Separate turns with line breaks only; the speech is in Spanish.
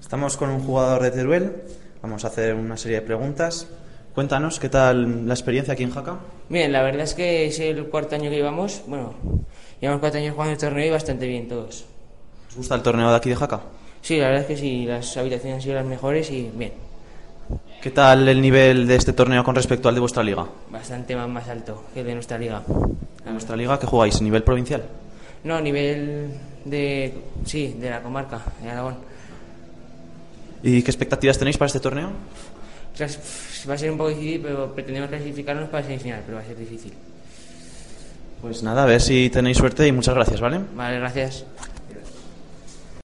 Estamos con un jugador de Teruel. Vamos a hacer una serie de preguntas. Cuéntanos, ¿qué tal la experiencia aquí en Jaca?
Bien, la verdad es que es el cuarto año que llevamos. Bueno, llevamos cuatro años jugando el torneo y bastante bien todos.
¿Os gusta el torneo de aquí de Jaca?
Sí, la verdad es que sí, las habitaciones han sido las mejores y bien.
¿Qué tal el nivel de este torneo con respecto al de vuestra liga?
Bastante más, más alto que el de nuestra liga.
¿En vuestra liga qué jugáis? ¿Nivel provincial?
No, a nivel de. Sí, de la comarca, de Aragón.
¿Y qué expectativas tenéis para este torneo?
Clas- Va a ser un poco difícil, pero pretendemos clasificarnos para semifinal, pero va a ser difícil.
Pues nada, a ver si tenéis suerte y muchas gracias, ¿vale?
Vale, gracias.